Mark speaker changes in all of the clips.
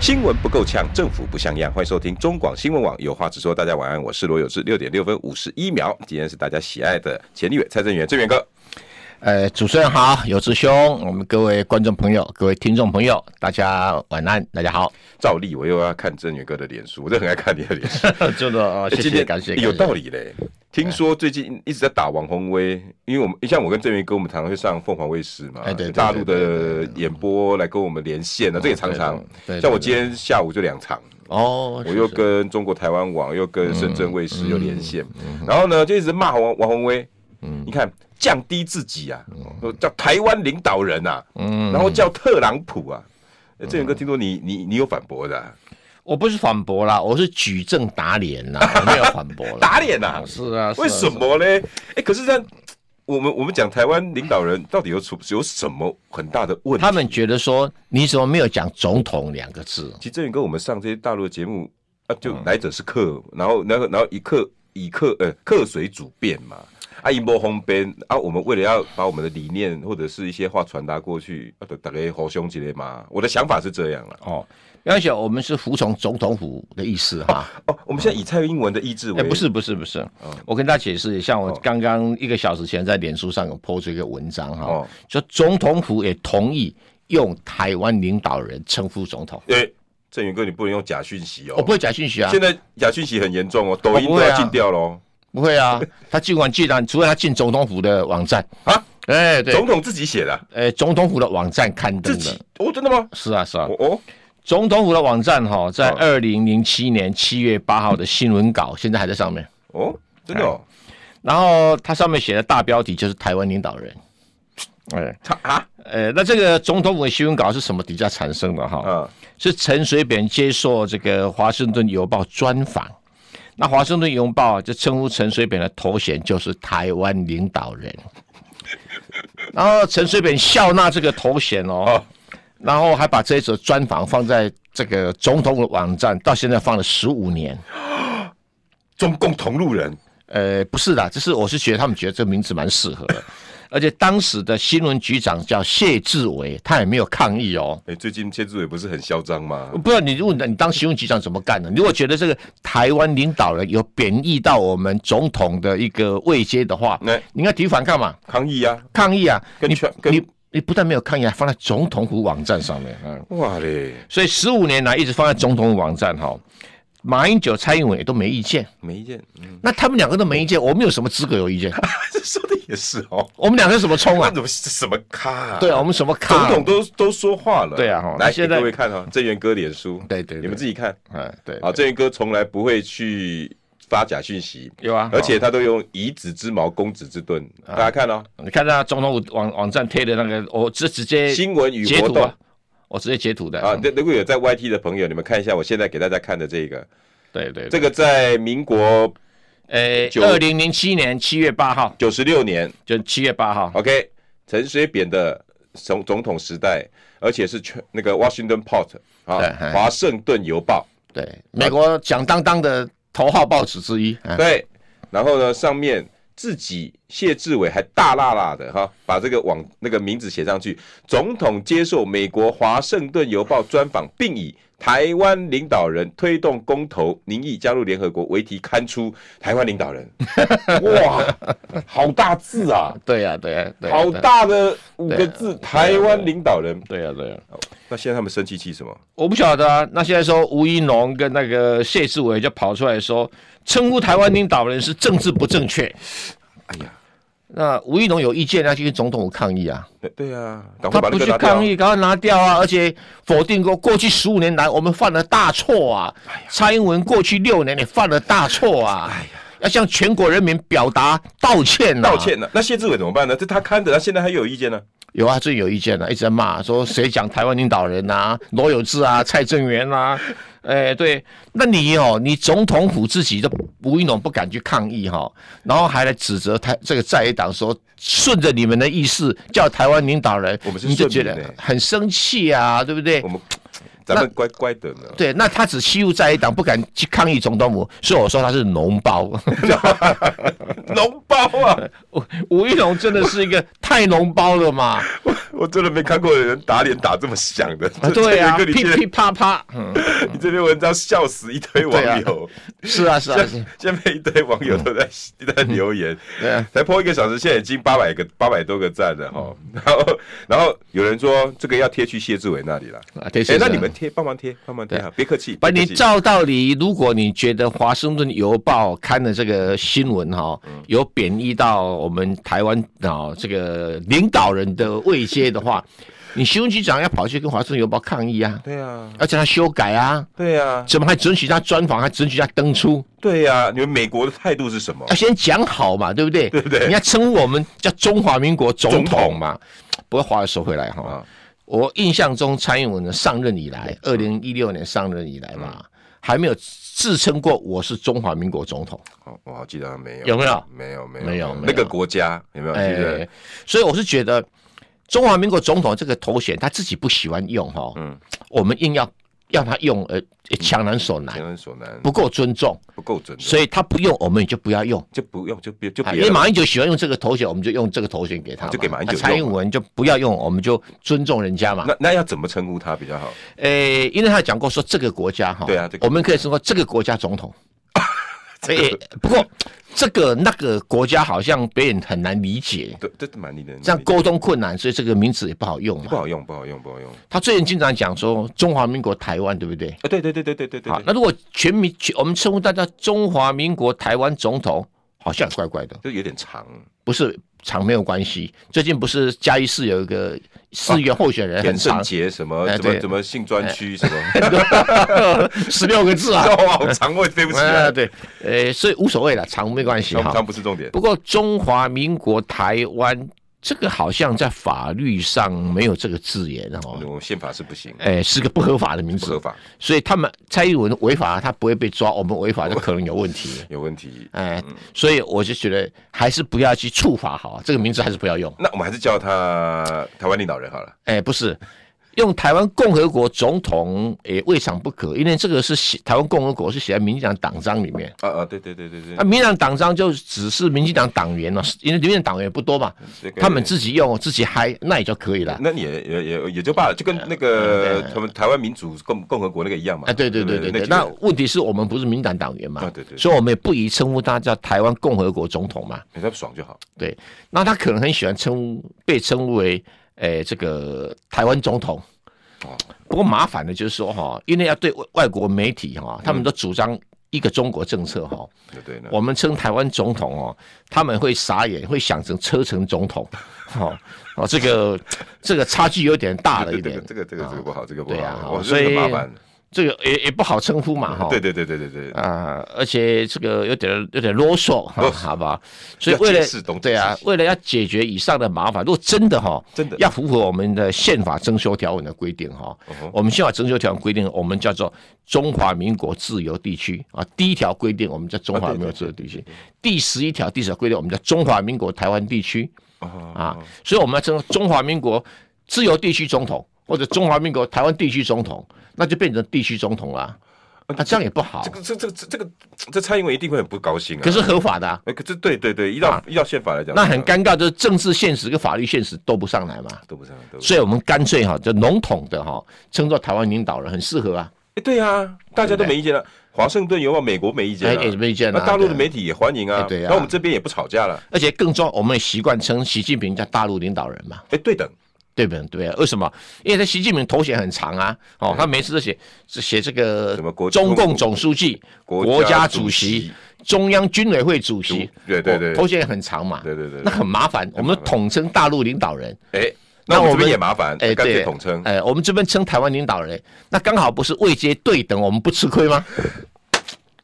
Speaker 1: 新闻不够呛，政府不像样。欢迎收听中广新闻网，有话直说。大家晚安，我是罗有志。六点六分五十一秒，今天是大家喜爱的钱立伟、蔡正元、郑元哥。
Speaker 2: 呃，主持人好，有志兄，我们各位观众朋友、各位听众朋友，大家晚安，大家好。
Speaker 1: 照例我又要看郑元哥的脸书，我真的很爱看你的脸 书。 哎
Speaker 2: 真的啊，谢
Speaker 1: 今
Speaker 2: 谢，
Speaker 1: 天
Speaker 2: 感谢，哎
Speaker 1: 有
Speaker 2: 感谢
Speaker 1: 道理嘞。听说最近一直在打王宏威，因为我们像我跟郑元哥，我们常常会上凤凰卫视嘛，
Speaker 2: 哎对对
Speaker 1: 大陆
Speaker 2: 对哦
Speaker 1: 的演播来跟我们连线啊，这也常常
Speaker 2: 对对。对
Speaker 1: 像我今天下午就两场，
Speaker 2: 哦。
Speaker 1: 我
Speaker 2: 是
Speaker 1: 又
Speaker 2: 是嗯
Speaker 1: 跟中国台湾网，又跟深圳卫视又连线，然后呢就一直骂王王宏威，
Speaker 2: 嗯
Speaker 1: 你看降低自己啊，说叫台湾领导人啊，
Speaker 2: 嗯
Speaker 1: 然后叫特朗普啊，呃郑源哥听说你你你有反驳的啊，
Speaker 2: 我不是反驳啦，我是举证打脸 啦，我没有反驳啦。
Speaker 1: 打脸啊
Speaker 2: 啊，是啊，是啊
Speaker 1: 为什？么嘞？哎，可是这样，我们我们讲台湾领导人到底有出有什么很大的问题？
Speaker 2: 他们觉得说你怎么没有讲总统两个字？
Speaker 1: 其实郑源哥，我们上这些大陆的节目啊，就
Speaker 2: 嗯
Speaker 1: 来者是客，然后然后然后以客以客呃客随主便嘛。啊，一波红边啊，我们为了要把我们的理念或者是一些话传达过去，啊，就大概好凶之类嘛。我的想法是这样了。
Speaker 2: 哦，而且我们是服从总统府的意思哈。
Speaker 1: 哦，我们现在以蔡英文的意志为、
Speaker 2: 嗯哎、不是不是不是，
Speaker 1: 哦
Speaker 2: 我跟大家解释，像我刚刚一个小时前在脸书上有 po 出一个文章哈，
Speaker 1: 哦
Speaker 2: 就总统府也同意用台湾领导人称呼总统。
Speaker 1: 哎，郑宇哥，你不能用假讯息哦。
Speaker 2: 我不会假讯息啊
Speaker 1: 现，在假讯息很严重哦，抖音
Speaker 2: 我不
Speaker 1: 都
Speaker 2: 会啊
Speaker 1: 要禁掉喽、
Speaker 2: 不会啊， 他尽管进然，除非他进总统府的网站
Speaker 1: 啊。
Speaker 2: 哎、对，
Speaker 1: 总统自己写的啊，
Speaker 2: 哎、总统府的网站刊
Speaker 1: 自
Speaker 2: 登
Speaker 1: 己
Speaker 2: 的，
Speaker 1: 哦，真的吗？
Speaker 2: 是啊是啊
Speaker 1: 哦，哦，
Speaker 2: 总统府的网站哈，在
Speaker 1: 哦
Speaker 2: 二零零七年七月八号的新闻稿现在还在上面，
Speaker 1: 哦，真的
Speaker 2: 哎
Speaker 1: 哦，
Speaker 2: 然后它上面写的大标题就是台湾领导人，哎、
Speaker 1: 他啊
Speaker 2: 呃，那这个总统府的新闻稿是什么底下产生的哈？
Speaker 1: 啊，
Speaker 2: 是陈水扁接受这个《华盛顿邮报》专访，那《华盛顿邮报》就称呼陈水扁的头衔就是台湾领导人，然后陈水扁笑纳这个头衔哦
Speaker 1: 哦，
Speaker 2: 然后还把这一则专访放在这个总统的网站，到现在放了十五年。
Speaker 1: 中共同路人，
Speaker 2: 呃，不是啦，就是我是觉得他们觉得这个名字蛮适合的，而且当时的新闻局长叫谢志伟，他也没有抗议哦。
Speaker 1: 哎、最近谢志伟不是很嚣张吗？
Speaker 2: 不知道你问你当新闻局长怎么干呢？如果觉得这个台湾领导人有贬义到我们总统的一个位阶的话，
Speaker 1: 那、
Speaker 2: 你应该提反抗嘛，
Speaker 1: 抗议啊，
Speaker 2: 抗议啊！
Speaker 1: 哎跟
Speaker 2: 你
Speaker 1: 全跟
Speaker 2: 你你不但没有抗议，还放在总统府网站上面。嗯，
Speaker 1: 哇嘞，
Speaker 2: 所以十五年来一直放在总统府网站哈，马英九、蔡英文也都没意见。
Speaker 1: 没意见，嗯，
Speaker 2: 那他们两个都没意见，我们有什么资格有意见？
Speaker 1: 这 说的也是哦，
Speaker 2: 我们两个怎么 冲
Speaker 1: 那
Speaker 2: 啊？
Speaker 1: 怎么什么咖、啊？
Speaker 2: 对啊，我们什么
Speaker 1: 总
Speaker 2: 抗？
Speaker 1: 统都都说话了，
Speaker 2: 对啊哦
Speaker 1: 来
Speaker 2: 那现在
Speaker 1: 给各位看哈、哦，郑源哥脸书，
Speaker 2: 对对对
Speaker 1: 你们自己看
Speaker 2: 哎，对，
Speaker 1: 啊，郑源哥从来不会去发假讯息。
Speaker 2: 有啊，
Speaker 1: 而且他都用以子之矛攻子之盾，大家看哦，
Speaker 2: 你看到总统府网网站贴的那个，我直直接
Speaker 1: 新闻与
Speaker 2: 哎截
Speaker 1: 活
Speaker 2: 图
Speaker 1: 动
Speaker 2: 啊，我直接截图的
Speaker 1: 啊，
Speaker 2: 嗯
Speaker 1: 对，如果有在 YT 的朋友，你们看一下我现在给大家看的这个，
Speaker 2: 对对，
Speaker 1: 这
Speaker 2: 这
Speaker 1: 个在民国
Speaker 2: 呃，
Speaker 1: 九
Speaker 2: 二零零七年七月八号，
Speaker 1: 九十六年
Speaker 2: 就七月八号，
Speaker 1: ，OK，陈水扁的总总统时代，而且是全那个 Washington Post
Speaker 2: 对
Speaker 1: 啊，
Speaker 2: 嗨
Speaker 1: 华盛顿邮报，
Speaker 2: 对，美国响当当的头号报纸之一。啊
Speaker 1: 对，然后呢，上面自己谢志伟还大辣辣的哈，把这个网那个名字写上去。总统接受美国华盛顿邮报专访，并以台湾领导人推动公投名义加入联合国为题刊出台湾领导 人。哇，好大字啊！
Speaker 2: 对呀，对呀，对啊
Speaker 1: 好，大的五
Speaker 2: 对
Speaker 1: 个
Speaker 2: 啊
Speaker 1: 字，台湾领导人。
Speaker 2: 对啊呀，对呀，
Speaker 1: 那现在他们生气气什么？
Speaker 2: 我不晓得啊。那现在说吴一农跟那个谢志伟就跑出来说，称呼台湾领导人是政治不正确。
Speaker 1: 哎呀，
Speaker 2: 那吴一农有意见，那就去总统府抗议啊。
Speaker 1: 对对啊，赶快
Speaker 2: 他
Speaker 1: 把
Speaker 2: 不
Speaker 1: 那个
Speaker 2: 去
Speaker 1: 拿掉
Speaker 2: 抗。议，赶快拿掉啊！而且否定过过去十五年来我们犯了大错啊！
Speaker 1: 哎
Speaker 2: 蔡英文过去六年也犯了大错啊！要向全国人民表达道歉、啊，
Speaker 1: 道。歉了，那谢志伟怎么办呢？这他看着，他现在还有意见呢。
Speaker 2: 有啊，最近有意见了、一直在骂说谁讲台湾领导人啊，罗有志啊，蔡正元啊，哎、对，那你哦，你总统府自己都吴一农不敢去抗议哈，然后还来指责台这个在野党说，顺着你们的意思叫台湾领导人，
Speaker 1: 我们是
Speaker 2: 你就
Speaker 1: 顺
Speaker 2: 觉
Speaker 1: 民
Speaker 2: 得
Speaker 1: 欸
Speaker 2: 很生气啊，对不对
Speaker 1: 我？们咱们乖乖的呢。
Speaker 2: 对，那他只欺负在野党，不敢去抗议总统府，所以我说他是脓包。
Speaker 1: 脓包啊！
Speaker 2: 吴吴一农真的是一个太脓包了嘛？
Speaker 1: 我我真的没看过有人打脸打这么响的。
Speaker 2: 啊对啊，
Speaker 1: 这个你
Speaker 2: 噼
Speaker 1: 这
Speaker 2: 噼啪啪，嗯，
Speaker 1: 你这篇文章笑死一堆网友，
Speaker 2: 是啊是啊，嗯是
Speaker 1: 现现在一堆网友都在、都在留言，
Speaker 2: 对 啊
Speaker 1: 才播一个小时，现在已经八百个八百多个赞
Speaker 2: 嗯
Speaker 1: 了哈。 然后然后有人说这个要贴去谢志伟那里了，
Speaker 2: 啊贴
Speaker 1: 哎
Speaker 2: 谢志伟
Speaker 1: 那你们贴帮忙贴帮忙贴啊，别客气，
Speaker 2: 把
Speaker 1: 别
Speaker 2: 你
Speaker 1: 客气
Speaker 2: 照道理，如果你觉得《华盛顿邮报》刊的这个新闻哈、有贬义到我们台湾啊、这个领导人的位阶的话，你行政局长要跑去跟《华盛顿邮报》抗议啊，
Speaker 1: 对啊
Speaker 2: 要叫他修改啊，
Speaker 1: 对啊
Speaker 2: 怎么还准许他专访，还准许他登出？
Speaker 1: 对啊，你们美国的态度是什么
Speaker 2: 要？先讲好嘛，对不对？对
Speaker 1: 不哦对
Speaker 2: 你要称呼我们叫中华民国总
Speaker 1: 总
Speaker 2: 统嘛。不过话又说回来哈、
Speaker 1: 啊
Speaker 2: 我印象中蔡英文的上任以来，二零一六年上任以来嘛，
Speaker 1: 嗯
Speaker 2: 还没有自称过我是中华民国总统，
Speaker 1: 哦我好记得没有
Speaker 2: 有没有
Speaker 1: 没有没有
Speaker 2: 没有没有哎
Speaker 1: 那个国家有没有？记得
Speaker 2: 所以我是觉得中华民国总统这个头衔他自己不喜欢用哈、
Speaker 1: 嗯
Speaker 2: 我们硬要要他用，呃，也强人所难
Speaker 1: 强，人所难，
Speaker 2: 哎不够尊重，
Speaker 1: 不够尊重，
Speaker 2: 所以他不用，我们也就不要用。
Speaker 1: 就不用就别就
Speaker 2: 啊
Speaker 1: 别
Speaker 2: 因为
Speaker 1: 了
Speaker 2: 马英九喜欢用这个头衔，我们就用这个头衔给他嘛，
Speaker 1: 就给马英九
Speaker 2: 那蔡
Speaker 1: 用
Speaker 2: 英文就不要用，我们就尊重人家嘛。
Speaker 1: 那那要怎么称呼他比较 好？
Speaker 2: 诶、因为他讲过说这个国家哈，
Speaker 1: 对啊这个
Speaker 2: 我们可以说这个国家 总统。所以不过这个那个国家好像别人很难理解，
Speaker 1: 对，这蛮令人
Speaker 2: 这样沟通困难，所以这个名词也不好用
Speaker 1: 不
Speaker 2: 嘛。
Speaker 1: 好用，不好用，不 好用。
Speaker 2: 他最近经常讲说中华民国台湾，对不对？
Speaker 1: 啊，对对对对对对对
Speaker 2: 好，
Speaker 1: 对，
Speaker 2: 那如果全民全我们称呼大家中华民国台湾总统，好像怪怪的。
Speaker 1: 就有点长。
Speaker 2: 不是长没有关系。最近不是嘉义市有一个市议员候选人很
Speaker 1: 田
Speaker 2: 长
Speaker 1: 圣，杰什么
Speaker 2: 哎
Speaker 1: 怎么
Speaker 2: 对哎
Speaker 1: 怎么性专区什么，
Speaker 2: 十六、个字啊。
Speaker 1: 哇，好长，我也对不起啊
Speaker 2: 啊，，对，呃，所以无所谓了，长没关系
Speaker 1: 长
Speaker 2: 哈
Speaker 1: 长。不是重点。
Speaker 2: 不过中华民国台湾这个好像在法律上没有这个字眼哦，
Speaker 1: 我们宪法是不行，
Speaker 2: 哎、是个不合法的名
Speaker 1: 嗯不合
Speaker 2: 字，
Speaker 1: 法，
Speaker 2: 所以他们蔡英文违法，他不会被抓，我们违法就可能有问题。
Speaker 1: 有问题。
Speaker 2: 哎，所以我就觉得还是不要去触法好，这个名字还是不要用。
Speaker 1: 那我们还是叫他台湾领导人好了。
Speaker 2: 哎，不是，用台湾共和国总统也未尝不可，因为这个是写台湾共和国是写在民进党党章里面。
Speaker 1: 啊啊，对对对对对
Speaker 2: 那、，民进党党章就只是民进党党员了、因为里面党员不多嘛
Speaker 1: 这，个
Speaker 2: 他们自己用哦自己嗨，那也就可以了。
Speaker 1: 那也也也也就罢了，就跟那
Speaker 2: 哎
Speaker 1: 个他们台湾民主共共和国那个一样嘛。
Speaker 2: 啊，对对对
Speaker 1: 不
Speaker 2: 对对，
Speaker 1: 那
Speaker 2: 那问题是我们不是民进党党员嘛，
Speaker 1: 啊对对对
Speaker 2: 所以我们也不宜称呼他叫台湾共和国总统嘛，
Speaker 1: 那他爽就好。
Speaker 2: 对，那他可能很喜欢称呼被称呼为，诶、这个台湾总统
Speaker 1: 哦。
Speaker 2: 不过麻烦的就是说哈，因为要对外外国媒体哈，他们都主张一个中国政策哈，
Speaker 1: 对对呢，
Speaker 2: 我们称台湾总统哦，他们会傻眼，会想成车臣总统，哦哦，这个这个差距有点大了
Speaker 1: 对
Speaker 2: 一
Speaker 1: 对对
Speaker 2: 点，
Speaker 1: 这个这个这个不好，这个不
Speaker 2: 对啊
Speaker 1: 好，我
Speaker 2: 所
Speaker 1: 觉得很
Speaker 2: 以
Speaker 1: 麻烦。
Speaker 2: 这个也也不好称呼嘛哈。
Speaker 1: 对对对对对对，
Speaker 2: 啊、而且这个有点有点啰嗦，哈，好吧？所以为
Speaker 1: 要
Speaker 2: 了
Speaker 1: 解释懂解释
Speaker 2: 对啊，为了要解决以上的麻烦，如果真的哈，
Speaker 1: 真的嗯
Speaker 2: 要符合我们的宪法征修条文的规定哈，我们宪法征修条文规定，我们叫做中华民国自由地区啊，第一条规定我们叫中华民国自由地
Speaker 1: 啊
Speaker 2: 区，第十一条第十条规定我们叫中华民国台湾地区
Speaker 1: 哦
Speaker 2: 啊，所以我们要称中华民国自由地区总统或者中华民国台湾地区总统，那就变成地区总统了。啊，这样也不好
Speaker 1: 这。个这这这这个这蔡英文一定会很不高兴啊。
Speaker 2: 可是合法的、啊。
Speaker 1: 哎，可这对对对，依照依照宪法来讲，
Speaker 2: 那很尴尬，就是政治现实跟法律现实都不上来嘛，
Speaker 1: 都不是都不是。
Speaker 2: 所以我们干脆哈，就笼统的哈，称作台湾领导人很适合啊，
Speaker 1: 哎，对啊，大家都没意见了。华盛顿邮报美国没意见
Speaker 2: 哎
Speaker 1: 了，
Speaker 2: 哎没意见
Speaker 1: 那
Speaker 2: 啊，
Speaker 1: 大陆的
Speaker 2: 对啊，
Speaker 1: 媒体也欢迎啊
Speaker 2: 哎。对啊
Speaker 1: 那我们这边也不吵架了。
Speaker 2: 而且更重要，我们也习惯称习近平叫大陆领导人嘛，
Speaker 1: 哎，对等，
Speaker 2: 对不对？对啊，为什么？因为他习近平头衔很长啊，哦，他每次都写写这个
Speaker 1: 什么国
Speaker 2: 中共总书记、国家主席、，中央军委会主席
Speaker 1: 主，对对
Speaker 2: 哦
Speaker 1: 对
Speaker 2: 头衔很长嘛，
Speaker 1: 对对对对
Speaker 2: 那很麻烦，我们统称大陆领导人。
Speaker 1: 哎，那
Speaker 2: 那
Speaker 1: 我们
Speaker 2: 我
Speaker 1: 这边
Speaker 2: 们
Speaker 1: 也麻烦，
Speaker 2: 哎，
Speaker 1: 干脆
Speaker 2: 对，
Speaker 1: 统称。
Speaker 2: 哎，我们这边称台湾领导人，那刚好不是位阶对等，我们不吃亏吗？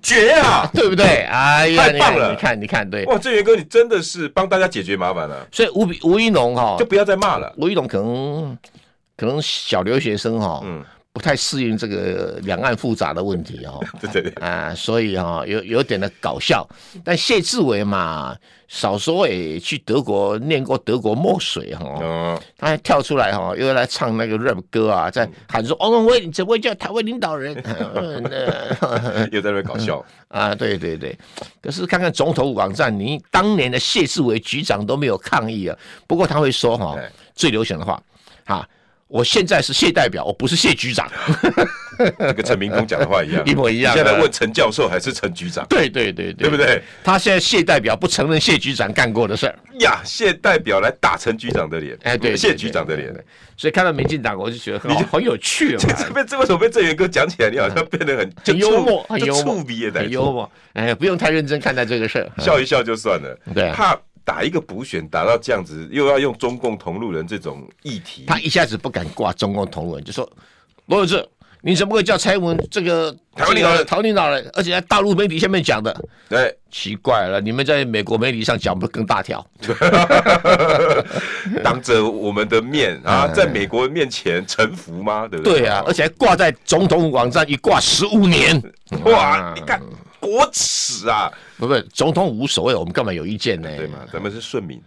Speaker 1: 绝啊！
Speaker 2: 对不对？哎呀，
Speaker 1: 太
Speaker 2: 你
Speaker 1: 棒
Speaker 2: 看，
Speaker 1: 了
Speaker 2: 你看，你看，对。
Speaker 1: 哇，郑源哥，你真的是帮大家解决麻烦了，
Speaker 2: 所以吴比吴一农哈
Speaker 1: 就，不要再骂了。
Speaker 2: 吴一农可能可能小留学生哈，
Speaker 1: 嗯
Speaker 2: 不太适应这个两岸复杂的问题哦。
Speaker 1: 对对对，
Speaker 2: 啊、所以哈、有有点的搞笑。但谢志伟嘛，少说也去德国念过德国墨水哈、
Speaker 1: 嗯，
Speaker 2: 他还跳出来哈、又来唱那个 rap 歌啊，在喊说：“王文辉，你怎么会叫台湾领导人？” 呃
Speaker 1: 又在那边搞笑，
Speaker 2: 啊，对对对。可是看看总统网站，你当年的谢志伟局长都没有抗议啊。不过他会说哈、
Speaker 1: 对
Speaker 2: 最流行的话啊，我现在是谢代表，我不是谢局长。
Speaker 1: 跟陈明通讲的话一样，
Speaker 2: 一模一样啊
Speaker 1: 你现在
Speaker 2: 对
Speaker 1: 问陈教授还是陈局长，
Speaker 2: 对对对对，
Speaker 1: 对不对？
Speaker 2: 他现在谢代表不承认谢局长干过的事儿，
Speaker 1: 呀，谢代表来打陈局长的脸，
Speaker 2: 哎，对，对
Speaker 1: 谢局长的，
Speaker 2: 对对
Speaker 1: 脸。
Speaker 2: 对所以看到民进党，我就觉得很好很有 趣啊嘛
Speaker 1: 这，这边这为什么被郑源哥讲起来，你好像变得很就
Speaker 2: 很幽默，
Speaker 1: 触
Speaker 2: 很
Speaker 1: 就
Speaker 2: 幽
Speaker 1: 触
Speaker 2: 默
Speaker 1: 鼻也，在
Speaker 2: 很幽默，哎，不用太认真看待这个事儿，
Speaker 1: 笑一笑就算了，
Speaker 2: 对啊
Speaker 1: 怕打一个补选打到这样子，又要用中共同路人这种议题，
Speaker 2: 他一下子不敢挂中共同文，就说罗有志，你怎么会叫蔡英文这个
Speaker 1: 台湾领导人
Speaker 2: 这个台湾领导人，而且在大陆媒体下面讲的，
Speaker 1: 对，
Speaker 2: 奇怪了，你们在美国媒体上讲不是更大条？
Speaker 1: 当着我们的面啊，在美国面前臣服吗？对不对？
Speaker 2: 哎对啊，而且还挂在总统网站一挂十五年，
Speaker 1: 哇，
Speaker 2: 嗯
Speaker 1: 你看国耻啊，
Speaker 2: 不是总统无所谓，我们干嘛有意见呢？
Speaker 1: 对嘛？咱们是顺民，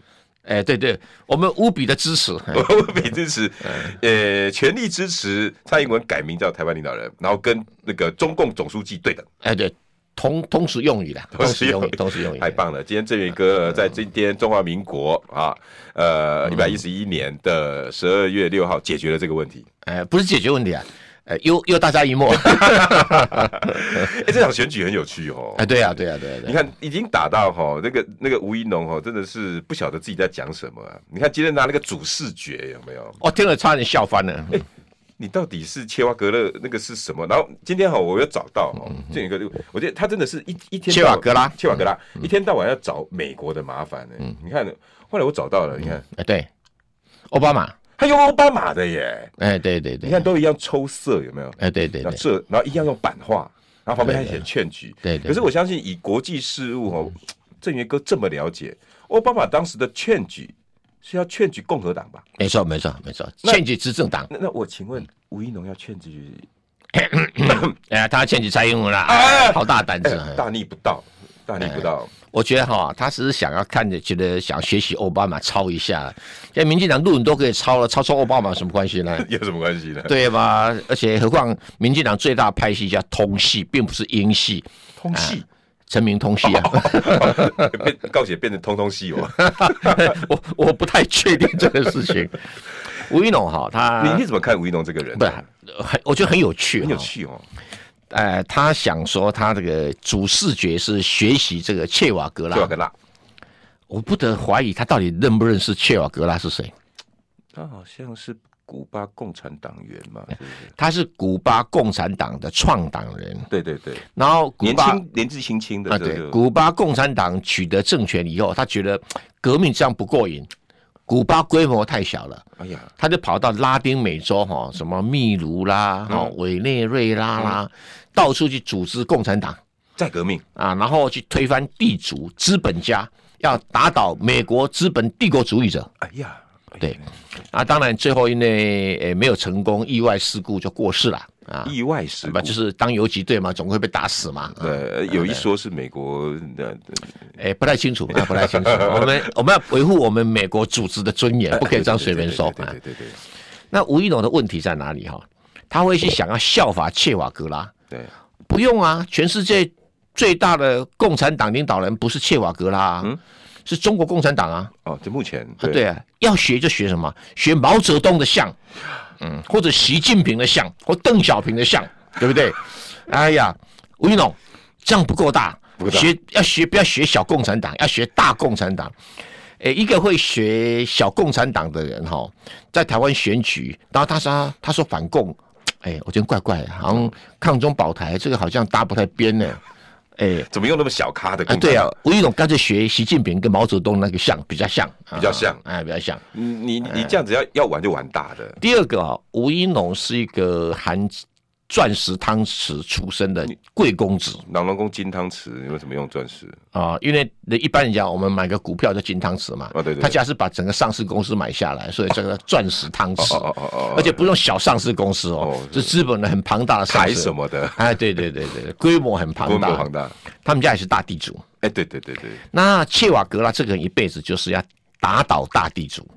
Speaker 2: 哎，对对，我们无比的支持。
Speaker 1: 我们支持，
Speaker 2: 嗯
Speaker 1: 呃，全力支持蔡英文改名叫台湾领导人，然后跟那个中共总书记对等。
Speaker 2: 哎，对，通通俗用语的，通俗用语，通俗用语。
Speaker 1: 太棒了！今天郑源
Speaker 2: 嗯
Speaker 1: 哥呃在今天中华民国啊，呃，一百一十一年的十二月六号解决了这个问题。
Speaker 2: 哎，不是解决问题啊，哎，又又大家一默。啊
Speaker 1: 哎，这场选举很有趣哦。
Speaker 2: 哎，对啊，对啊，对啊，对
Speaker 1: 你
Speaker 2: 啊。
Speaker 1: 看，已经打到哈，那个那个吴一农哈，真的是不晓得自己在讲什么啊！你看今天拿那个主视觉有没有？
Speaker 2: 我哦听了差点笑翻了。
Speaker 1: 哎你到底是切瓦格勒那个是什么？然后今天哈，我又找到哈，这有一个，我觉得他真的是一一天
Speaker 2: 嗯切
Speaker 1: 到
Speaker 2: 瓦格拉
Speaker 1: 啊切瓦格拉
Speaker 2: 嗯
Speaker 1: 一天到晚要找美国的麻烦呢。你看，后来我找到了，你看
Speaker 2: 哎，对，奥巴马。
Speaker 1: 他用奥巴马的耶，
Speaker 2: 哎，对对
Speaker 1: 你
Speaker 2: 对
Speaker 1: 看。都一样抽色有没有？
Speaker 2: 哎，对对
Speaker 1: 然后
Speaker 2: 对。
Speaker 1: 这，然后一样用版画，然后旁边还写劝局。
Speaker 2: 对对对
Speaker 1: 可是我相信以国际事务哦，郑源哥这么了解，奥巴马当时的劝举是要劝举共和党吧？
Speaker 2: 没错，没错，没错，
Speaker 1: 那
Speaker 2: 欠举执政党，
Speaker 1: 那那我请
Speaker 2: 嗯
Speaker 1: 问吴一农要劝举，
Speaker 2: 哎，他欠举蔡英文啦，
Speaker 1: 哎
Speaker 2: 哎好大胆子
Speaker 1: 哎
Speaker 2: 啊！
Speaker 1: 大逆不道，大逆不道，
Speaker 2: 我觉得哈，他只是想要看着，觉得想学习奥巴马抄一下，现在民进党路人都可以抄了，抄抄奥巴马有什么关系呢？
Speaker 1: 有什么关系呢？
Speaker 2: 哎对吧？而且何况民进党最大派系叫通系，并不是英系，
Speaker 1: 通系。
Speaker 2: 陈明通系啊。
Speaker 1: 变告解变成通通系 哦，
Speaker 2: 我我不太确定这个事情。吴一农哈，
Speaker 1: 你
Speaker 2: 他
Speaker 1: 你怎么看吴一农这个人
Speaker 2: 不
Speaker 1: 呢？
Speaker 2: 是很，我觉得很有趣，
Speaker 1: 很有。趣哦，
Speaker 2: 呃，他想说他这个主视觉是学习这个切瓦格
Speaker 1: 就要
Speaker 2: 拉，
Speaker 1: 个辣
Speaker 2: 我不得怀疑他到底认不认识切瓦格拉是谁。
Speaker 1: 他哦好像是古巴共产党员嘛，
Speaker 2: 哎
Speaker 1: 是不是
Speaker 2: 他是古巴共产党的创党人，
Speaker 1: 对对对，
Speaker 2: 然后古
Speaker 1: 年
Speaker 2: 巴
Speaker 1: 轻年纪轻轻的
Speaker 2: 啊，
Speaker 1: 这
Speaker 2: 对，
Speaker 1: 个
Speaker 2: 古巴共产党取得政权以后，他觉得革命这样不过瘾，古巴规模太小了，
Speaker 1: 哎呀，
Speaker 2: 他就跑到拉丁美洲哈，什么秘鲁啦、哈委内瑞拉啦，到处去组织共产党
Speaker 1: 再革命，
Speaker 2: 啊，然后去推翻地主资本家，要打倒美国资本帝国主义者
Speaker 1: 哎呀，哎
Speaker 2: 对
Speaker 1: 呀
Speaker 2: 啊。当然，最后因为呃没有成功，意外事故就过世了啊。
Speaker 1: 意外事故
Speaker 2: 吧，，就是当游击队嘛，总会被打死嘛。啊
Speaker 1: 呃，有一说是美国的，
Speaker 2: 哎，不太清楚，啊不太清楚。我们我们要维护我们美国组织的尊严，不可以这样随便说
Speaker 1: 对
Speaker 2: 啊
Speaker 1: 对。对对
Speaker 2: 那吴一农的问题在哪里哈？他会去想要效法切瓦格拉？
Speaker 1: 对，
Speaker 2: 不用啊，全世界最大的共产党领导人不是切瓦格拉、啊，是中国共产党啊。
Speaker 1: 哦，这目前
Speaker 2: 啊对啊，要学就学什么？学毛泽东的像，嗯，或者习近平的像，或邓小平的像，对不对？ 哎呀，吴一农，这样不够大，
Speaker 1: 够大
Speaker 2: 学要学不要学小共产党，要学大共产党。诶，一个会学小共产党的人哈，在台湾选举，然后他说他说反共，哎，我觉得怪怪的，好像抗中保台这个好像搭不太边呢。哎，
Speaker 1: 怎么用那么小咖的
Speaker 2: 啊
Speaker 1: 共
Speaker 2: 对
Speaker 1: 产
Speaker 2: 啊
Speaker 1: 党？，
Speaker 2: 吴一农干脆学习近平跟毛泽东那个像比较像，
Speaker 1: 比较像
Speaker 2: 啊哎，比较像。哎
Speaker 1: 嗯你你这样子要要玩就玩大的，
Speaker 2: 第二个啊，吴一农是一个含钻石汤匙出身的
Speaker 1: 嗯
Speaker 2: 贵公子
Speaker 1: 朗龙宫金汤匙，你为什么用钻石？
Speaker 2: 啊、因为一般人讲我们买个股票叫金汤匙嘛，
Speaker 1: 哦对对
Speaker 2: 他家是把整个上市公司买下来，所以这个钻石汤匙，
Speaker 1: 哦哦哦哦，
Speaker 2: 而且不用小上市公司哦，
Speaker 1: 哦
Speaker 2: 是资本的很庞大的上
Speaker 1: 台
Speaker 2: 市
Speaker 1: 什么的，
Speaker 2: 哎，对对对对，规模很
Speaker 1: 规
Speaker 2: 庞
Speaker 1: 模
Speaker 2: 大，
Speaker 1: 庞大。
Speaker 2: 他们家也是大地主。
Speaker 1: 哎，对对对对，
Speaker 2: 那切瓦格拉这个人一辈子就是要打倒大地主，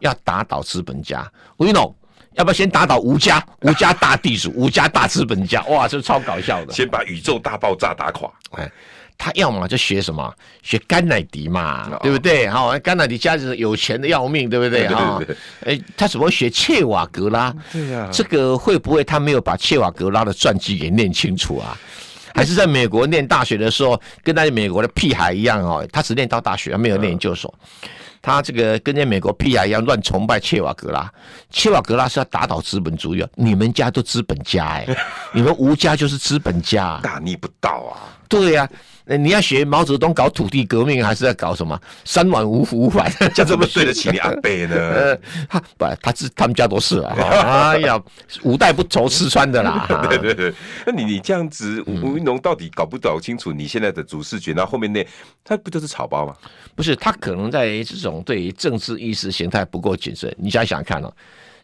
Speaker 2: 要打倒资本家。We know，要不要先打倒吴家？吴家大地主，吴家大资本家，哇，这超搞笑的。
Speaker 1: 先把宇宙大爆炸打垮。
Speaker 2: 哎，他要么就学什么，学甘乃迪嘛，对不对？哈、甘乃迪家里是有钱的要命，对不对？
Speaker 1: 对
Speaker 2: 哈、
Speaker 1: 对对
Speaker 2: 哎，他怎么会学切瓦格拉？
Speaker 1: 对呀
Speaker 2: 这个会不会他没有把切瓦格拉的传记给念清楚啊？还是在美国念大学的时候，跟那些美国的屁孩一样哦，他只念到大学，没有念研究所。他这个跟那些美国屁孩一样乱崇拜切瓦格拉，切瓦格拉是要打倒资本主义啊！你们家都资本家哎、你们吴家就是资本家、啊，
Speaker 1: 大逆不道啊！
Speaker 2: 对呀、呃你要学毛泽东搞土地革命，还是要搞什么三碗五 五反？
Speaker 1: 这怎么对得 起你阿贝呢？
Speaker 2: 呃，他不，他是他们家都是 了、哈哎呀，五代不愁吃穿的啦。哈
Speaker 1: 对对对，那你你这样子，吴吴云龙到底搞不搞清楚你现在的主视觉？然后后面那他不就是草包吗？
Speaker 2: 不是他可能在这种对于政治意识形态不够谨慎。你想想看哦，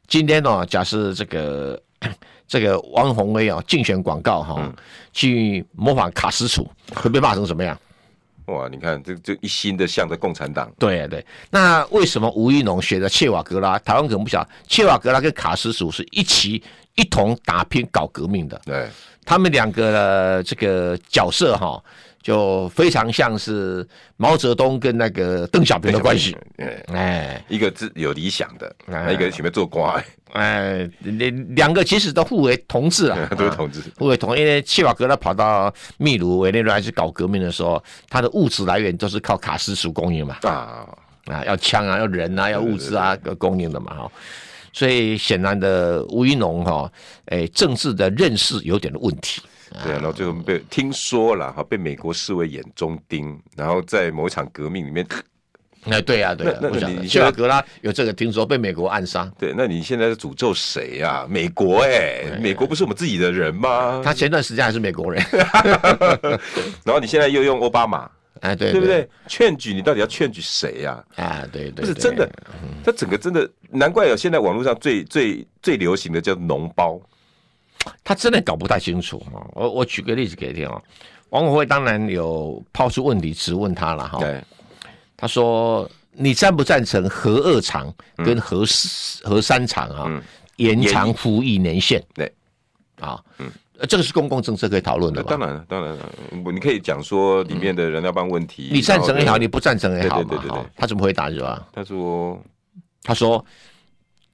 Speaker 2: 今天哦，假设这个 这个汪宏威哦竞选广告哈、
Speaker 1: 嗯
Speaker 2: 去模仿卡斯楚，会被骂成什么样？
Speaker 1: 哇，你看这这一心的向着共产党，
Speaker 2: 对对，那为什么吴育农学的切瓦格拉？台湾可能不晓得，切瓦格拉跟卡斯楚是一起一同打拼搞革命的，
Speaker 1: 对，
Speaker 2: 他们两个的这个角色哈，就非常像是毛泽东跟那个邓小平的 关系。
Speaker 1: 哎，
Speaker 2: 哎
Speaker 1: 一个是有理想的，
Speaker 2: 哎
Speaker 1: 一个前面做官，，
Speaker 2: 哎，两两个其实都互为同志啊
Speaker 1: 都是同志。
Speaker 2: 互为同，因为切瓦格拉跑到秘鲁、委内瑞拉去搞革命的时候，他的物质来源都是靠卡斯楚供应嘛。
Speaker 1: 啊，
Speaker 2: 啊，要枪啊，要人啊，要物资啊，各供应的嘛哈。所以显然的，吴一农哈，哎、政治的认识有点问题。
Speaker 1: 对啊，然后最后被听说了哈，被美国视为眼中钉，然后在某一场革命里面，
Speaker 2: 哎，对啊，对啊，
Speaker 1: 那那
Speaker 2: 我想
Speaker 1: 你你
Speaker 2: 切
Speaker 1: 现在
Speaker 2: 尔格拉有这个听说被美国暗杀，
Speaker 1: 对，那你现在是诅咒谁啊？美国哎、美国不是我们自己的人吗？
Speaker 2: 他前段时间还是美国人，
Speaker 1: 然后你现在又用奥巴马，
Speaker 2: 哎，对
Speaker 1: 对不？对？劝举你到底要劝举谁呀、啊？
Speaker 2: 啊，对对，
Speaker 1: 不是
Speaker 2: 对嗯
Speaker 1: 真的，他整个真的，难怪有现在网络上最最最流行的叫脓包，
Speaker 2: 他真的搞不太清楚哈。我我举个例子给你听哦，王国辉当然有抛出问题质问他了哈，
Speaker 1: 对，
Speaker 2: 他说你赞不赞成核二厂
Speaker 1: 嗯
Speaker 2: 跟核四、核三厂啊、延长服役年限？
Speaker 1: 对，
Speaker 2: 啊，嗯，这个是公共政策可以讨论的
Speaker 1: 当
Speaker 2: 吧？
Speaker 1: 然了，当然了，我你可以讲说里面的燃料棒问题，
Speaker 2: 你赞嗯成也好，
Speaker 1: 然后
Speaker 2: 你不赞成也好
Speaker 1: 对
Speaker 2: 嘛
Speaker 1: 对对对，对
Speaker 2: 哈他怎么回答是吧？
Speaker 1: 他说
Speaker 2: 他说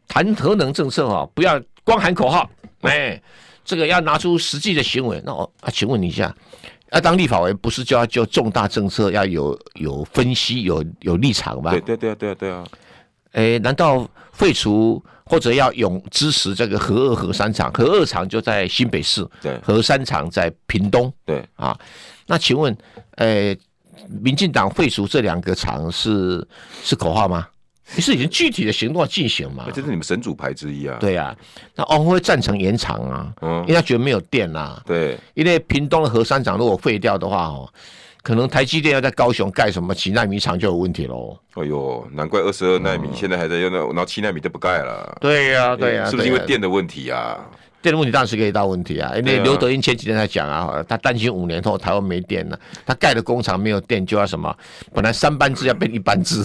Speaker 2: 谈核能政策啊，不要光喊口号，
Speaker 1: 嗯
Speaker 2: 哎，这个要拿出实际的行为。那我啊，请问你一下，要当立法委员不是就要就重大政策要有有分析、有有立场吗？
Speaker 1: 对对对啊对啊对啊，
Speaker 2: 诶，难道废除或者要永支持这个核二、核三厂？核二厂就在新北市，
Speaker 1: 对
Speaker 2: 核三厂在屏东
Speaker 1: 对，
Speaker 2: 啊。那请问，诶，民进党废除这两个厂是是口号吗？是已经具体的行动要进行嘛
Speaker 1: 那？哎这是你们神主牌之一啊，
Speaker 2: 对呀、那王会赞成延长啊，
Speaker 1: 嗯
Speaker 2: 因为他觉得没有电啦、啊
Speaker 1: 对
Speaker 2: 因为屏东的核三厂如果废掉的话哦，可能台积电要在高雄盖什么几纳米厂就有问题喽。
Speaker 1: 哎呦，难怪二十二纳米现在还在用那，然后七纳米都不盖了。
Speaker 2: 对呀、嗯啊对呀、
Speaker 1: 是不是因为
Speaker 2: 对呀
Speaker 1: 电的问题啊？
Speaker 2: 电的问题当然是个一大问题啊，因
Speaker 1: 对
Speaker 2: 为
Speaker 1: 啊
Speaker 2: 刘德英前几天才讲啊，他担心五年后台湾没电了，他盖的工厂没有电就要什么，本来三班制要变一班 制，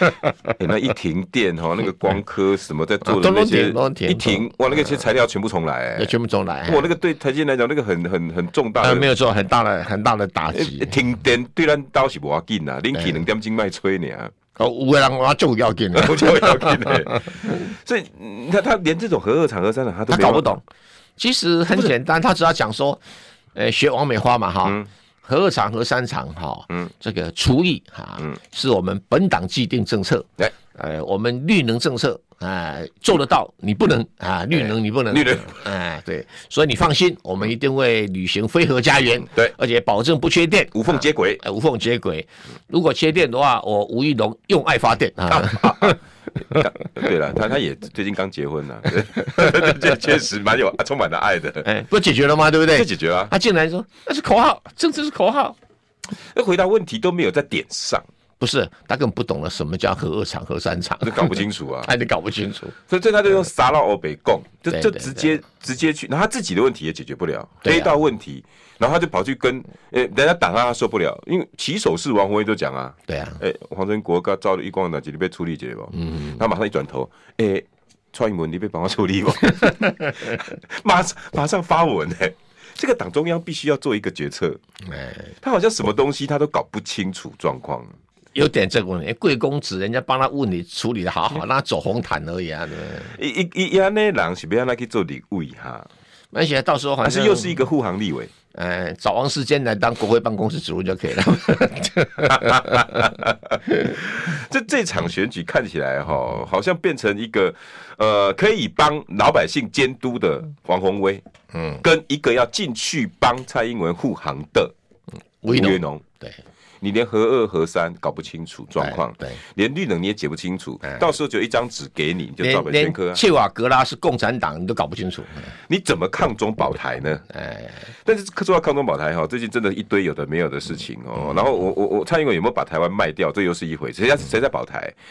Speaker 1: 欸那一停电哈，那个光 科什么在做的
Speaker 2: 啊都
Speaker 1: 那
Speaker 2: 弄
Speaker 1: 些
Speaker 2: 停都弄，停
Speaker 1: 一停哇，那个些材料全部重来
Speaker 2: 要
Speaker 1: 欸。
Speaker 2: 全部重来，
Speaker 1: 哇，那个对台积电来讲，那个很很很重大
Speaker 2: 呃
Speaker 1: 的
Speaker 2: 没有做很大的很大的打击
Speaker 1: 欸。停电对咱倒是无要紧啦，恁去两点钟卖吹呢，
Speaker 2: 哦，五个人我就要紧了。
Speaker 1: 我就要紧嘞。所以嗯他他连这种核二厂、核三厂他都
Speaker 2: 他
Speaker 1: 没有
Speaker 2: 搞不，懂。其实很简单，他只要讲说，呃，学王美花嘛哈，
Speaker 1: 嗯
Speaker 2: 核二厂、核三厂哈，嗯，这个厨艺哈，是我们本党既定政策，
Speaker 1: 嗯哎
Speaker 2: 呃，我们绿能政策。哎，做得到，你不能啊！绿能你不
Speaker 1: 嗯
Speaker 2: 能，
Speaker 1: 绿能
Speaker 2: 哎，对，所以你放心，我们一定会履行非核家园，
Speaker 1: 对，
Speaker 2: 而且保证不缺电，
Speaker 1: 嗯无缝接轨。
Speaker 2: 哎，无缝接轨。如果缺电的话，我吴玉龙用爱发电啊，
Speaker 1: 对了，他他也最近刚结婚呢、对 这确实蛮有啊充满了爱的。
Speaker 2: 哎，不解决了吗？对不
Speaker 1: 这
Speaker 2: 对？
Speaker 1: 解决啊，
Speaker 2: 他竟然说那是口号，政治是口号，
Speaker 1: 那回答问题都没有在点上，
Speaker 2: 不是他根本不懂了什么叫合二厂、合三厂，
Speaker 1: 这搞不清楚啊。
Speaker 2: 他都搞不清楚。
Speaker 1: 所以这他就用撒拉欧北贡，就
Speaker 2: 对
Speaker 1: 就
Speaker 2: 对
Speaker 1: 直接直接去，然后他自己的问题也解决不了，
Speaker 2: 对啊
Speaker 1: 黑道问题，然后他就跑去跟呃人家打他，他受不了，因为起手是王宏威都讲啊，
Speaker 2: 对啊，
Speaker 1: 哎、黄振国跟赵立光呢，今天被处理解不？嗯，他马上一转头，哎、蔡英文你被帮我处理不？马上马上发文哎、这个党中央必须要做一个决策，
Speaker 2: 哎，
Speaker 1: 他好像什么东西他都搞不清楚状况，
Speaker 2: 有点这个问题。贵公子人家帮他问你处理的好好，
Speaker 1: 嗯
Speaker 2: 让他走红毯而已啊，对不对？
Speaker 1: 一一一安内人是不要那去做立委哈，
Speaker 2: 而且啊到时候好
Speaker 1: 还
Speaker 2: 像
Speaker 1: 是又是一个护航立委。
Speaker 2: 哎，找王世坚来当国会办公室主任就可以了。
Speaker 1: 这这场选举看起来哈、好像变成一个呃，可以帮老百姓监督的黄宏威，嗯，跟一个要进去帮蔡英文护航的
Speaker 2: 吴一
Speaker 1: 吴
Speaker 2: 农
Speaker 1: 月农，
Speaker 2: 对
Speaker 1: 你连核二核三搞不清楚状况，
Speaker 2: 对对哎
Speaker 1: 连绿能你也解不清楚，到时候就一张纸给你，你就照
Speaker 2: 连
Speaker 1: 本宣科
Speaker 2: 连
Speaker 1: 啊，
Speaker 2: 切瓦格拉是共产党，你都搞不清楚。
Speaker 1: 你怎么抗中保台 呢？
Speaker 2: 哎，
Speaker 1: 但是说到抗中保台哈，最近真的一
Speaker 2: 嗯
Speaker 1: 堆有的没有的事情哦。然后我我我蔡英文有没有把台湾卖掉，这又是一回事。谁在谁在保台？